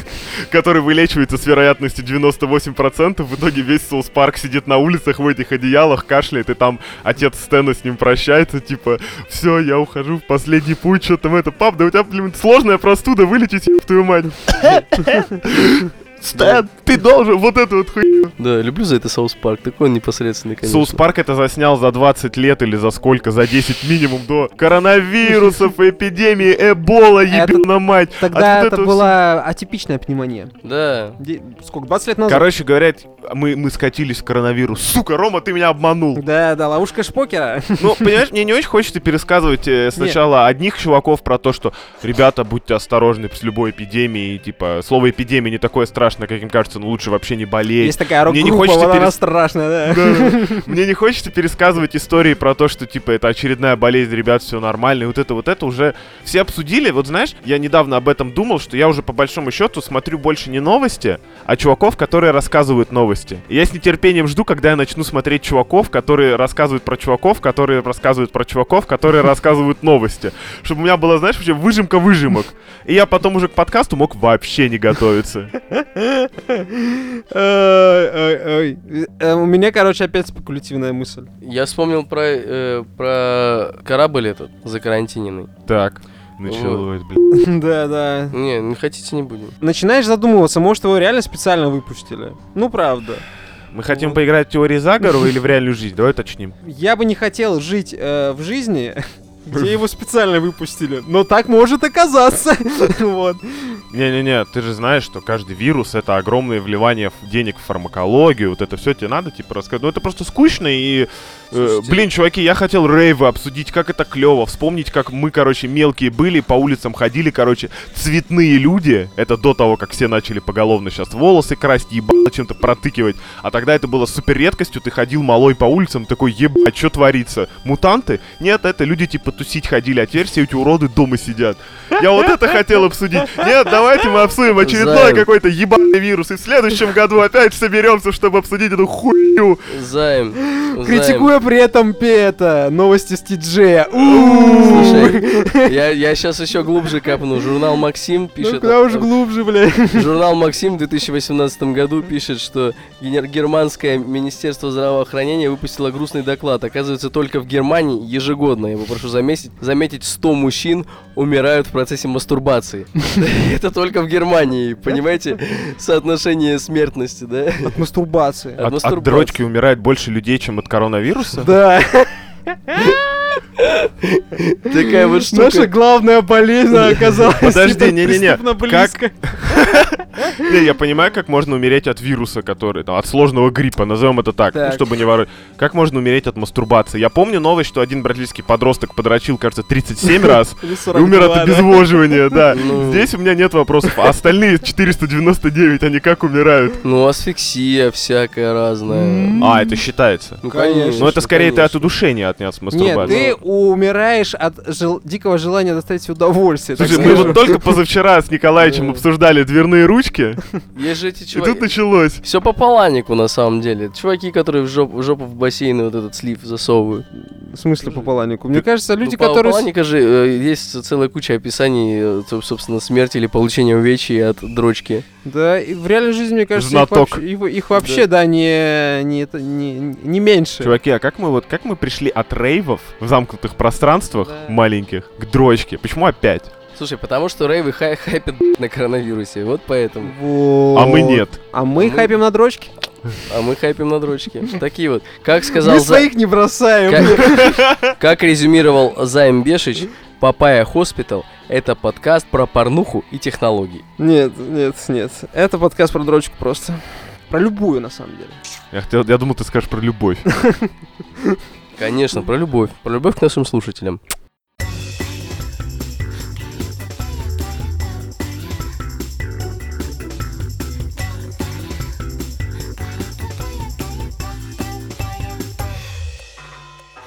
Speaker 3: который вылечивается с вероятностью 98%, в итоге весь Соус Парк сидит на улицах в этих одеялах, кашляет, и там отец Стэна с ним прощается, типа, все, я ухожу в последний путь, что там это, пап, да у тебя, блин, сложная простуда, вылечить, твою мать. Стэн, ты должен вот эту вот хуйню.
Speaker 2: Да, люблю за это Саус Парк. Такой он непосредственный, конечно.
Speaker 3: Соус Парк это заснял за 20 лет или за сколько, за 10 минимум до коронавирусов, эпидемии, эбола,
Speaker 1: Это-
Speaker 3: ебана мать. А
Speaker 1: Тогда
Speaker 3: От вот
Speaker 1: это
Speaker 3: этого
Speaker 1: была атипичная пневмония.
Speaker 2: Да.
Speaker 1: Де- Сколько, 20 лет назад?
Speaker 3: Короче говоря, мы, мы скатились к коронавирусу. Сука, Рома, ты меня обманул.
Speaker 1: Да, да, ловушка шпокера.
Speaker 3: Ну, понимаешь, мне не очень хочется пересказывать э, сначала одних чуваков про то, что ребята, будьте осторожны с любой эпидемией. Типа, слово эпидемия не такое страшное, как им кажется, ну лучше вообще не болеть.
Speaker 1: Есть такая
Speaker 3: Мне не
Speaker 1: рок-группа,
Speaker 3: хочется
Speaker 1: вот она
Speaker 3: перес-
Speaker 1: страшная, да.
Speaker 3: Мне не хочется пересказывать истории про то, что, типа, это очередная болезнь, ребят, все нормально, и вот это, вот это уже все обсудили. Вот знаешь, я недавно об этом думал, что я уже по большому счету смотрю больше не новости, а чуваков, которые рассказывают новости. И я с нетерпением жду, когда я начну смотреть чуваков, которые рассказывают про чуваков, которые рассказывают про чуваков, которые рассказывают новости. Чтобы у меня была, знаешь, вообще выжимка выжимок. И я потом уже к подкасту мог вообще не готовиться.
Speaker 1: Ой, ой, ой. Э, У меня, короче, опять спекулятивная мысль.
Speaker 2: Я вспомнил про, э, про корабль этот закарантиненный.
Speaker 3: Так.
Speaker 2: началось,
Speaker 3: блин.
Speaker 1: Да, да.
Speaker 2: Не, не хотите, не будем.
Speaker 1: Начинаешь задумываться, может, его реально специально выпустили. Ну, правда.
Speaker 3: Мы хотим
Speaker 1: Вот.
Speaker 3: поиграть в теории заговора или в реальную жизнь? Давай уточним.
Speaker 1: Я бы не хотел жить э, в жизни, где его специально выпустили. Но так может оказаться. Вот.
Speaker 3: Не-не-не, ты же знаешь, что каждый вирус — это огромное вливание в- денег в фармакологию. Вот это все тебе надо, типа, рассказать. Ну, это просто скучно и... э,
Speaker 2: Слушайте.
Speaker 3: блин, чуваки, я хотел рейвы обсудить, как это клево. Вспомнить, как мы, короче, мелкие были, по улицам ходили, короче, цветные люди. Это до того, как все начали поголовно сейчас волосы красть, ебало чем-то протыкивать. А тогда это было супер редкостью. Ты ходил малой по улицам, такой, ебать, что творится? Мутанты? Нет, это люди, типа, тусить ходили, а теперь все эти уроды дома сидят. Я вот это хотел обсудить. Нет, давайте мы обсудим очередной
Speaker 2: Займ.
Speaker 3: какой-то ебаный вирус. И в следующем году опять соберемся, чтобы обсудить эту хуйню.
Speaker 2: Займ. займ.
Speaker 1: Критикуя при этом Пета, новости с Тиджея.
Speaker 2: Слушай, я, я сейчас еще глубже капну. Журнал Максим пишет...
Speaker 1: Ну куда уж глубже, бля.
Speaker 2: Журнал «Максим» в 2018 году пишет, что генер- германское министерство здравоохранения выпустило грустный доклад. Оказывается, только в Германии ежегодно, я попрошу заметить, заметить 100 мужчин умирают в процессе мастурбации. Это только в Германии, понимаете? Соотношение смертности, да?
Speaker 1: От мастурбации.
Speaker 2: От
Speaker 3: От,
Speaker 2: мастурбации.
Speaker 3: дрочки умирает больше людей, чем от коронавируса?
Speaker 1: Да.
Speaker 2: Такая вот
Speaker 1: Наша
Speaker 2: штука.
Speaker 1: главная болезнь оказалась.
Speaker 3: Подожди,
Speaker 1: так
Speaker 3: не-не-не,
Speaker 1: преступно
Speaker 3: как-
Speaker 1: близко.
Speaker 3: Не, я понимаю, как можно умереть от вируса, который, там, от сложного гриппа, назовем это так, ну,
Speaker 1: Так.
Speaker 3: чтобы не воротить. Как можно умереть от мастурбации? Я помню новость, что один бразильский подросток подрочил, кажется, 37 раз.
Speaker 1: Или
Speaker 3: И умер
Speaker 1: 42,
Speaker 3: от
Speaker 1: да.
Speaker 3: обезвоживания, да.
Speaker 2: Ну.
Speaker 3: Здесь у меня нет вопросов. А остальные 499, они как умирают?
Speaker 2: Ну, асфиксия всякая разная.
Speaker 1: М.
Speaker 3: А, это считается.
Speaker 2: Ну,
Speaker 1: Конечно.
Speaker 2: конечно.
Speaker 3: Ну, это скорее ты от
Speaker 2: конечно.
Speaker 3: удушения, от не от
Speaker 1: Нет,
Speaker 3: мастурбации.
Speaker 1: ты умираешь от жел- дикого желания доставить себе удовольствие. так
Speaker 3: Слушай, мы
Speaker 1: скажем.
Speaker 3: вот только позавчера с Николаевичем
Speaker 2: Да.
Speaker 3: обсуждали дверные ручки,
Speaker 2: Есть же эти
Speaker 3: и тут
Speaker 2: чуваки...
Speaker 3: началось.
Speaker 2: Все по паланику, на самом деле. Чуваки, которые в жопу, в жопу в бассейн вот этот слив засовывают.
Speaker 1: В смысле по поланику? Мне
Speaker 3: Ты-
Speaker 1: кажется, люди,
Speaker 2: Ну, по-
Speaker 1: которые... с-
Speaker 2: Паланика же э, есть целая куча описаний, э, соб- собственно, смерти или получения увечий от дрочки.
Speaker 1: Да, и в реальной жизни, мне кажется, их
Speaker 3: Знаток.
Speaker 1: вообще, их, их вообще, да, не, не, это- не, не меньше.
Speaker 3: Чуваки, а как мы вот как мы пришли от рейвов в замкнутых пространствах
Speaker 1: Да.
Speaker 3: маленьких к дрочке? Почему опять?
Speaker 2: Слушай, потому что рейвы хай хайпят б***ь, на коронавирусе, вот поэтому.
Speaker 1: Вот.
Speaker 3: А мы нет.
Speaker 1: А мы
Speaker 2: Мы-
Speaker 1: хайпим на дрочке.
Speaker 2: А мы хайпим на дрочке. Такие вот. Как сказал...
Speaker 1: Мы
Speaker 2: За-
Speaker 1: своих не бросаем.
Speaker 2: Как, как резюмировал Займ Бешич, Папая Хоспитал — это подкаст про порнуху и технологии.
Speaker 1: Нет, нет, нет. Это подкаст про дрочку просто. Про любую, на самом деле.
Speaker 3: Я хотел, я думал, ты скажешь про любовь.
Speaker 2: Конечно, про любовь. Про любовь к нашим слушателям.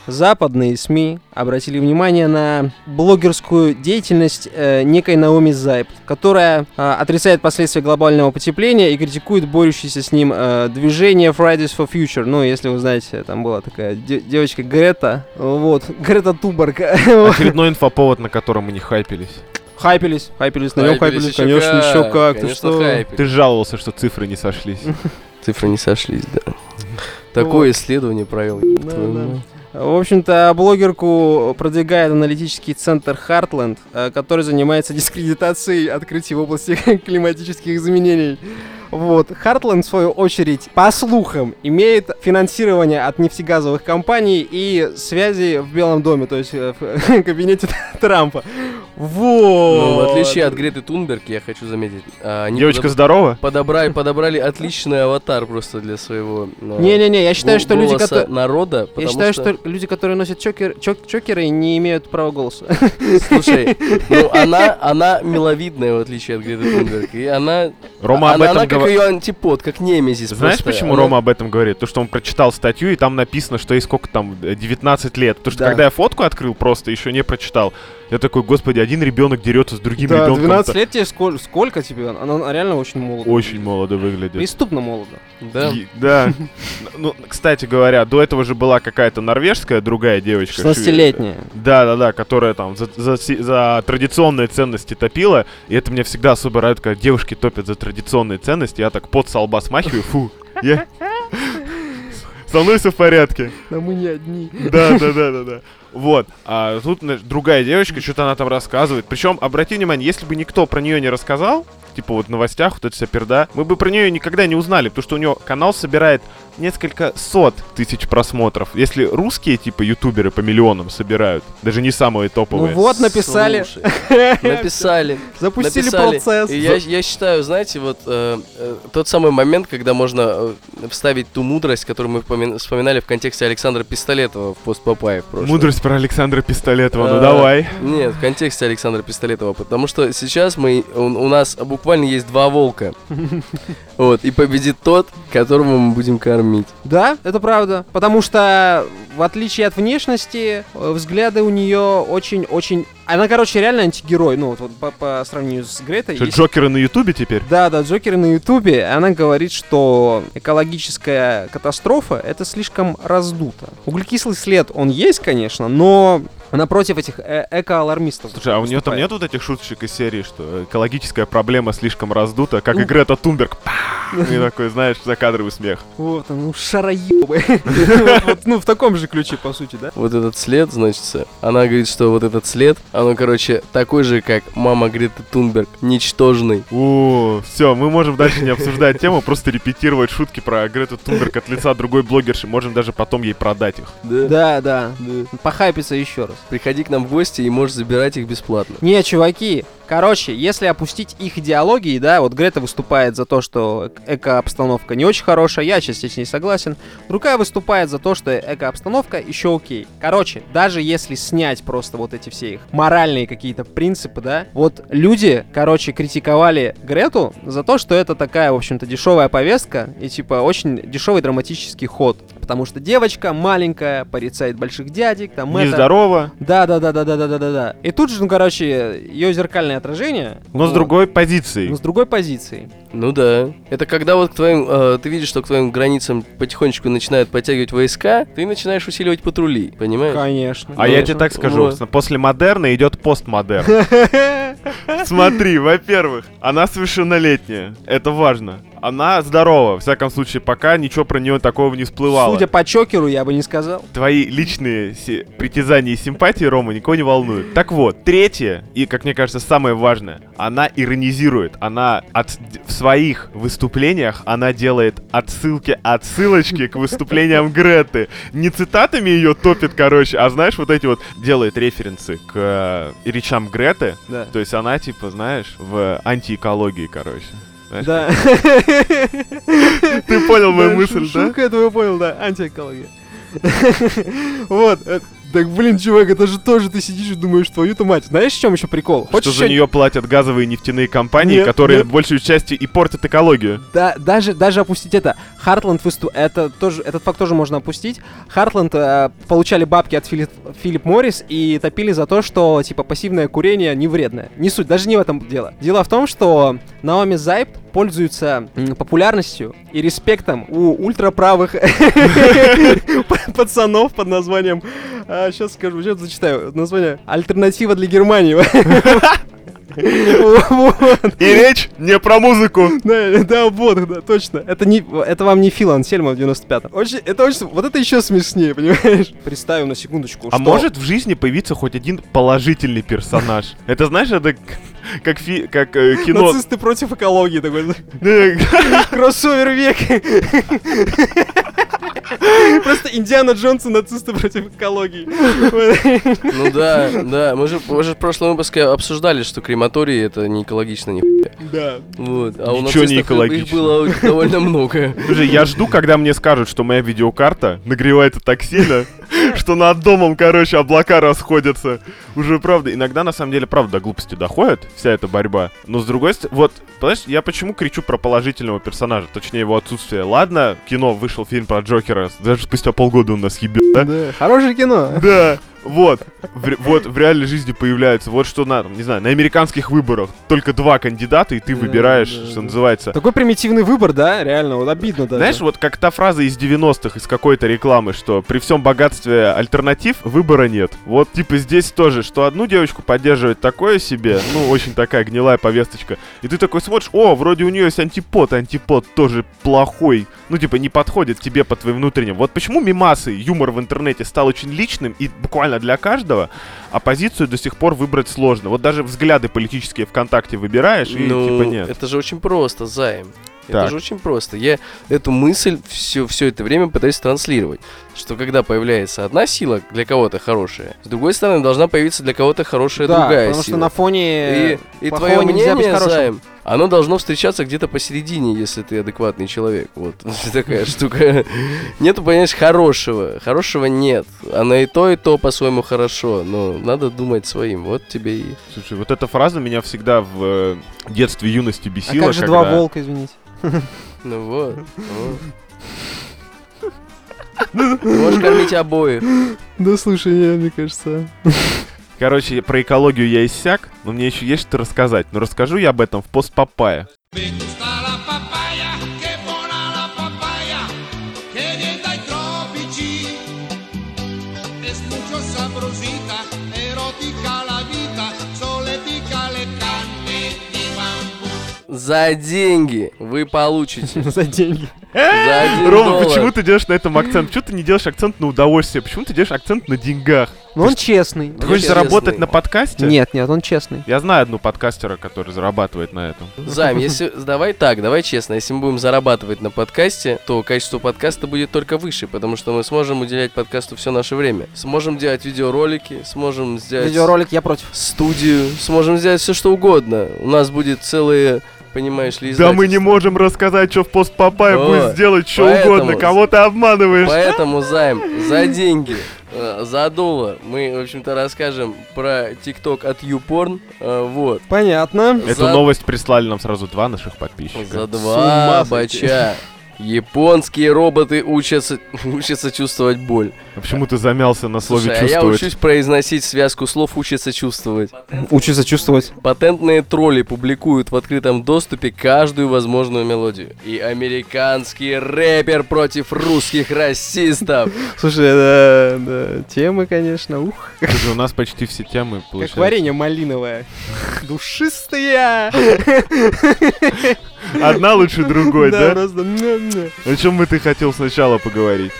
Speaker 1: Западные СМИ обратили внимание на блогерскую деятельность э, некой Наоми Зайб, которая э, отрицает последствия глобального потепления и критикует борющееся с ним э, движение Fridays for Future. Ну, если вы знаете, там была такая де- девочка Грета, вот, Грета Туборг.
Speaker 3: Очередной инфоповод, на котором мы не хайпились.
Speaker 1: Хайпились, хайпились, на нем хайпились,
Speaker 2: Хайпились ещё
Speaker 1: конечно, еще как. Ты
Speaker 2: Конечно,
Speaker 1: что?
Speaker 2: хайпили.
Speaker 3: Ты жаловался, что цифры не сошлись.
Speaker 2: Цифры не сошлись, да. Такое исследование провел.
Speaker 1: Да, да. В общем-то, блогерку продвигает аналитический центр Heartland, э, который занимается дискредитацией открытий в области климатических изменений. Вот. Heartland, в свою очередь, по слухам, имеет финансирование от нефтегазовых компаний и связи в Белом доме, то есть э, в кабинете Трампа. Вот.
Speaker 2: Ну, в отличие от Греты Тунберг, я хочу заметить, а, они
Speaker 3: Девочка,
Speaker 2: подоб-
Speaker 3: здорова?
Speaker 2: подобрали, подобрали отличный аватар просто для своего... э,
Speaker 1: Не-не-не, я считаю, что люди, которые...
Speaker 2: народа,
Speaker 1: Я
Speaker 2: потому
Speaker 1: считаю, что... люди, которые носят чокер, чок- чокеры, не имеют права голоса.
Speaker 2: Слушай, ну она, она миловидная, в отличие от Греты Тунберг. И она, а,
Speaker 3: Рома об
Speaker 2: она, она
Speaker 3: этом
Speaker 2: как
Speaker 3: говорит.
Speaker 2: ее антипод, как немезис.
Speaker 3: Знаешь,
Speaker 2: просто.
Speaker 3: почему
Speaker 2: Она-
Speaker 3: Рома об этом говорит? То, что он прочитал статью, и там написано, что ей сколько там, э, 19 лет. Потому что
Speaker 2: Да.
Speaker 3: когда я фотку открыл, просто еще не прочитал, я такой, господи, один ребенок дерется с другим
Speaker 1: Да,
Speaker 3: ребенком.
Speaker 1: 12 лет тебе сколько, сколько тебе? Она, она реально очень молода.
Speaker 3: Очень молодо выглядит.
Speaker 1: Преступно молода.
Speaker 2: Да.
Speaker 3: И- да. Ну, кстати говоря, до этого же была какая-то норвежская другая девочка.
Speaker 1: 16-летняя.
Speaker 3: Да, да, да, которая там за, за си- за традиционные ценности топила. И это меня всегда особо радует, когда девушки топят за традиционные ценности. Я так под со лба смахиваю, фу. Я... Со мной все в порядке.
Speaker 1: Да мы не одни.
Speaker 3: Да, да, да, да, да. Вот. А тут знаешь, другая девочка, что-то она там рассказывает. Причем, обрати внимание, если бы никто про нее не рассказал, типа вот в новостях, вот эта вся перда, мы бы про нее никогда не узнали, потому что у нее канал собирает несколько сот тысяч просмотров. Если русские, типа, ютуберы по миллионам собирают, даже не самые
Speaker 1: Ну
Speaker 3: топовые.
Speaker 1: вот, написали.
Speaker 2: Слушай, Написали.
Speaker 1: Запустили
Speaker 2: написали.
Speaker 1: процесс.
Speaker 2: И я, я считаю, знаете, вот э, э, тот самый момент, когда можно э, вставить ту мудрость, которую мы вспомин- вспоминали в контексте Александра Пистолетова в пост Папаев в прошлом.
Speaker 3: Мудрость про Александра Пистолетова,
Speaker 1: Э,
Speaker 3: ну
Speaker 2: А,
Speaker 3: давай.
Speaker 2: Нет, в контексте Александра Пистолетова, потому что сейчас мы, у, у нас буквально есть два волка. Вот, и победит тот, которому мы будем кормить.
Speaker 1: Да, это правда. Потому что, в отличие от внешности, э, взгляды у нее очень-очень... Она, короче, реально антигерой. Ну, вот, вот по, по сравнению с Гретой.
Speaker 3: Что,
Speaker 1: Если-
Speaker 3: Джокеры на ютубе теперь?
Speaker 1: Да, да, Джокер на Ютубе, она говорит, что экологическая катастрофа это слишком раздуто. Углекислый след он есть, конечно, но она против этих э- эко-алармистов.
Speaker 3: Слушай, а у нее там
Speaker 1: выступает.
Speaker 3: нет вот этих шуточек из серии, что экологическая проблема слишком раздута, как и
Speaker 1: Ну.
Speaker 3: Грета Тунберг. Пах! И такой, знаешь, закадровый смех.
Speaker 1: Вот он, ну шароебы. Вот- вот, Ну, в таком же ключе, по сути, да?
Speaker 2: Вот этот след, значит, она говорит, что вот этот след, оно, короче, такой же, как мама Греты Тунберг, ничтожный.
Speaker 3: О, все, мы можем дальше не обсуждать тему, просто репетировать шутки про Грету Тунберг от лица другой блогерши. Можем даже потом ей продать их.
Speaker 2: Да.
Speaker 1: Да, да. Похайпиться еще раз.
Speaker 2: Приходи к нам в гости и можешь забирать их бесплатно.
Speaker 1: Не, чуваки, короче, если опустить их идеологии, да, вот Грета выступает за то, что эк- эко-обстановка не очень хорошая, я сейчас с ней согласен. Другая выступает за то, что эко-обстановка еще окей. Короче, даже если снять просто вот эти все их моральные какие-то принципы, да, вот люди, короче, критиковали Грету за то, что это такая, в общем-то, дешевая повестка и типа очень дешевый драматический ход. Потому что девочка маленькая, порицает больших дядек, там это...
Speaker 3: Нездорово,
Speaker 1: Да, да, да, да, да, да, да, да, да. И тут же, ну, короче, ее зеркальное отражение.
Speaker 3: но с
Speaker 1: вот,
Speaker 3: другой позиции.
Speaker 1: Но с другой позиции.
Speaker 2: Ну да. Это когда вот к твоим, э, ты видишь, что к твоим границам потихонечку начинают подтягивать войска, ты начинаешь усиливать патрули, понимаешь?
Speaker 1: Конечно.
Speaker 3: А я тебе так скажу,
Speaker 2: Вот.
Speaker 3: после модерна идет постмодерн. Смотри, во-первых, она совершеннолетняя, это важно. Она здорова, во всяком случае, пока ничего про нее такого не всплывало.
Speaker 1: Судя по чокеру, я бы не сказал.
Speaker 3: Твои личные си- притязания и симпатии, Рома, никого не волнуют. Так вот, третье, и, как мне кажется, самое важное, она иронизирует. Она от, в своих выступлениях, она делает отсылки, отсылочки к выступлениям Греты. Не цитатами ее топит, короче, а знаешь, вот эти вот делает референсы к э, речам Греты.
Speaker 1: Да.
Speaker 3: То есть она, типа, знаешь, в антиэкологии, короче. Знаешь,
Speaker 1: Да.
Speaker 3: Ты понял мою
Speaker 1: Да,
Speaker 3: мысль,
Speaker 1: шу-
Speaker 3: да?
Speaker 1: Шутка, я твою понял, да, антиэкология. Вот. э, Так, блин, чувак, это же тоже ты сидишь и думаешь, твою-то мать. Знаешь, в чем еще прикол?
Speaker 3: Что за
Speaker 1: ещё-
Speaker 3: нее платят газовые и нефтяные компании,
Speaker 1: Нет,
Speaker 3: которые
Speaker 1: нет.
Speaker 3: большую частью и портят экологию.
Speaker 1: Да, даже, даже опустить это. Хартланд высту... это тоже, этот факт тоже можно опустить. Хартланд э, получали бабки от Филипп, Филипп Моррис и топили за то, что типа пассивное курение не вредное. Не суть, даже не в этом дело. Дело в том, что Наоми Зайпт пользуется м, популярностью и респектом у ультраправых п- пацанов под названием... а, Сейчас скажу, сейчас зачитаю. Название «Альтернатива для Германии». Вот.
Speaker 3: И речь не про музыку.
Speaker 1: Да, да, вот, да, точно. Это, не, это вам не Фил Ансельма в 95-м. Очень, это очень, вот это еще смешнее, понимаешь? Представим на секундочку,
Speaker 3: А
Speaker 1: что-
Speaker 3: может в жизни появиться хоть один положительный персонаж? Это знаешь, это к- как, фи- как э, кино...
Speaker 1: Нацисты против экологии такой. ну,
Speaker 3: Э,
Speaker 1: Кроссовер века. Просто Индиана Джонса нацисты против экологии.
Speaker 2: Ну да, да. Мы же, мы же в прошлом выпуске обсуждали, что крематории это не экологично ни хуя.
Speaker 1: Да.
Speaker 2: Вот. А у
Speaker 3: Ничего не
Speaker 2: нацистов их- их
Speaker 3: экологично.
Speaker 2: было довольно много.
Speaker 3: Слушай, я жду, когда мне скажут, что моя видеокарта нагревается так сильно, что над домом, короче, облака расходятся. Уже правда, иногда на самом деле, правда, до глупости доходит вся эта борьба. Но с другой стороны, вот, понимаешь, я почему кричу про положительного персонажа, точнее его отсутствие. Ладно, в кино вышел фильм про Джокера, даже спустя полгода он нас ебет, да?
Speaker 1: Хорошее кино.
Speaker 3: Да, вот, в, ре- вот в реальной жизни появляется, вот что на, там, не знаю, на американских выборах только два кандидата, и ты
Speaker 1: Да,
Speaker 3: выбираешь,
Speaker 1: да,
Speaker 3: что
Speaker 1: да.
Speaker 3: называется.
Speaker 1: Такой примитивный выбор, да? Реально, вот обидно даже.
Speaker 3: Знаешь, вот как та фраза из 90-х, из какой-то рекламы, что при всем богатстве альтернатив выбора нет. Вот типа здесь тоже, что одну девочку поддерживает такое себе, ну очень такая гнилая повесточка. И ты такой смотришь, о, вроде у нее есть антипод, а антипод тоже плохой. Ну типа не подходит тебе по твоим внутренним. Вот почему мимасы, юмор в интернете стал очень личным и буквально для каждого, а позицию до сих пор выбрать сложно. Вот даже взгляды политические ВКонтакте выбираешь и
Speaker 2: Ну,
Speaker 3: типа нет.
Speaker 2: это же очень просто, Займ. Это
Speaker 3: Так.
Speaker 2: же очень просто. Я эту мысль все, все это время пытаюсь транслировать. Что когда появляется одна сила для кого-то хорошая, с другой стороны, должна появиться для кого-то хорошая
Speaker 1: да,
Speaker 2: другая
Speaker 1: потому что
Speaker 2: сила.
Speaker 1: на фоне... а
Speaker 2: И, и
Speaker 1: плохого
Speaker 2: твое
Speaker 1: нельзя быть
Speaker 2: мнение,
Speaker 1: хорошим.
Speaker 2: Займ, оно должно встречаться где-то посередине, если ты адекватный человек. Вот такая штука. Нету, понимаешь, хорошего. Хорошего нет. Она и то, и то по-своему хорошо. Но надо думать своим. Вот тебе и...
Speaker 3: Слушай, вот эта фраза меня всегда в э, детстве, юности
Speaker 1: А
Speaker 3: бесила.
Speaker 1: как же
Speaker 3: когда-
Speaker 1: два волка, извините?
Speaker 2: Ну вот. вот. Можешь кормить обоих.
Speaker 1: Да слушай, нет, мне кажется.
Speaker 3: Короче, про экологию я иссяк, но мне еще есть что рассказать. Но расскажу я об этом в пост Папая.
Speaker 4: Me gusta la papaya, che buona la papaya, che viene dai tropici. Es mucho sabrosita, erotica la vita, soletica le canne di bambù.
Speaker 2: За деньги вы получите.
Speaker 1: За деньги.
Speaker 2: За один
Speaker 3: Рома,
Speaker 2: доллар.
Speaker 3: почему ты делаешь на этом акцент? Почему ты не делаешь акцент на удовольствие? Почему ты делаешь акцент на деньгах?
Speaker 1: Но он честный.
Speaker 3: Ты хочешь
Speaker 2: Честный.
Speaker 3: заработать на подкасте?
Speaker 1: Нет, нет, он честный.
Speaker 3: Я знаю одну подкастера, который зарабатывает на этом.
Speaker 2: Займ, если... Давай так, давай честно. Если мы будем зарабатывать на подкасте, то качество подкаста будет только выше, потому что мы сможем уделять подкасту все наше время. Сможем делать видеоролики, сможем сделать...
Speaker 1: Видеоролик я против.
Speaker 2: Студию, сможем сделать все что угодно. У нас будет целые, понимаешь ли,
Speaker 3: Да
Speaker 2: издательства.
Speaker 3: мы не можем рассказать, что в пост Папая
Speaker 2: Вот.
Speaker 3: будет сделать что
Speaker 2: Поэтому-
Speaker 3: угодно. Кого ты обманываешь?
Speaker 2: Поэтому, Займ, за деньги, э, за доллар мы, в общем-то, расскажем про ТикТок от YouPorn. э, Вот.
Speaker 1: Понятно.
Speaker 3: Эту
Speaker 2: За-
Speaker 3: новость прислали нам сразу два наших подписчика.
Speaker 2: За
Speaker 1: ума
Speaker 2: два
Speaker 1: сойти.
Speaker 2: бача. Японские роботы учатся, учатся чувствовать боль.
Speaker 3: А Почему ты замялся на слове
Speaker 2: Слушай, а я
Speaker 3: чувствовать?
Speaker 2: учусь произносить связку слов «учатся чувствовать».
Speaker 1: Учиться чувствовать.
Speaker 2: Патентные тролли публикуют в открытом доступе каждую возможную мелодию. И американский рэпер против русских расистов.
Speaker 1: Слушай, да, да, темы, конечно, ух.
Speaker 3: Слушай, у нас почти все темы
Speaker 1: Как
Speaker 3: получаются.
Speaker 1: варенье малиновое. Душистые.
Speaker 3: Одна лучше другой, да?
Speaker 1: просто.
Speaker 3: О чем бы ты хотел сначала поговорить?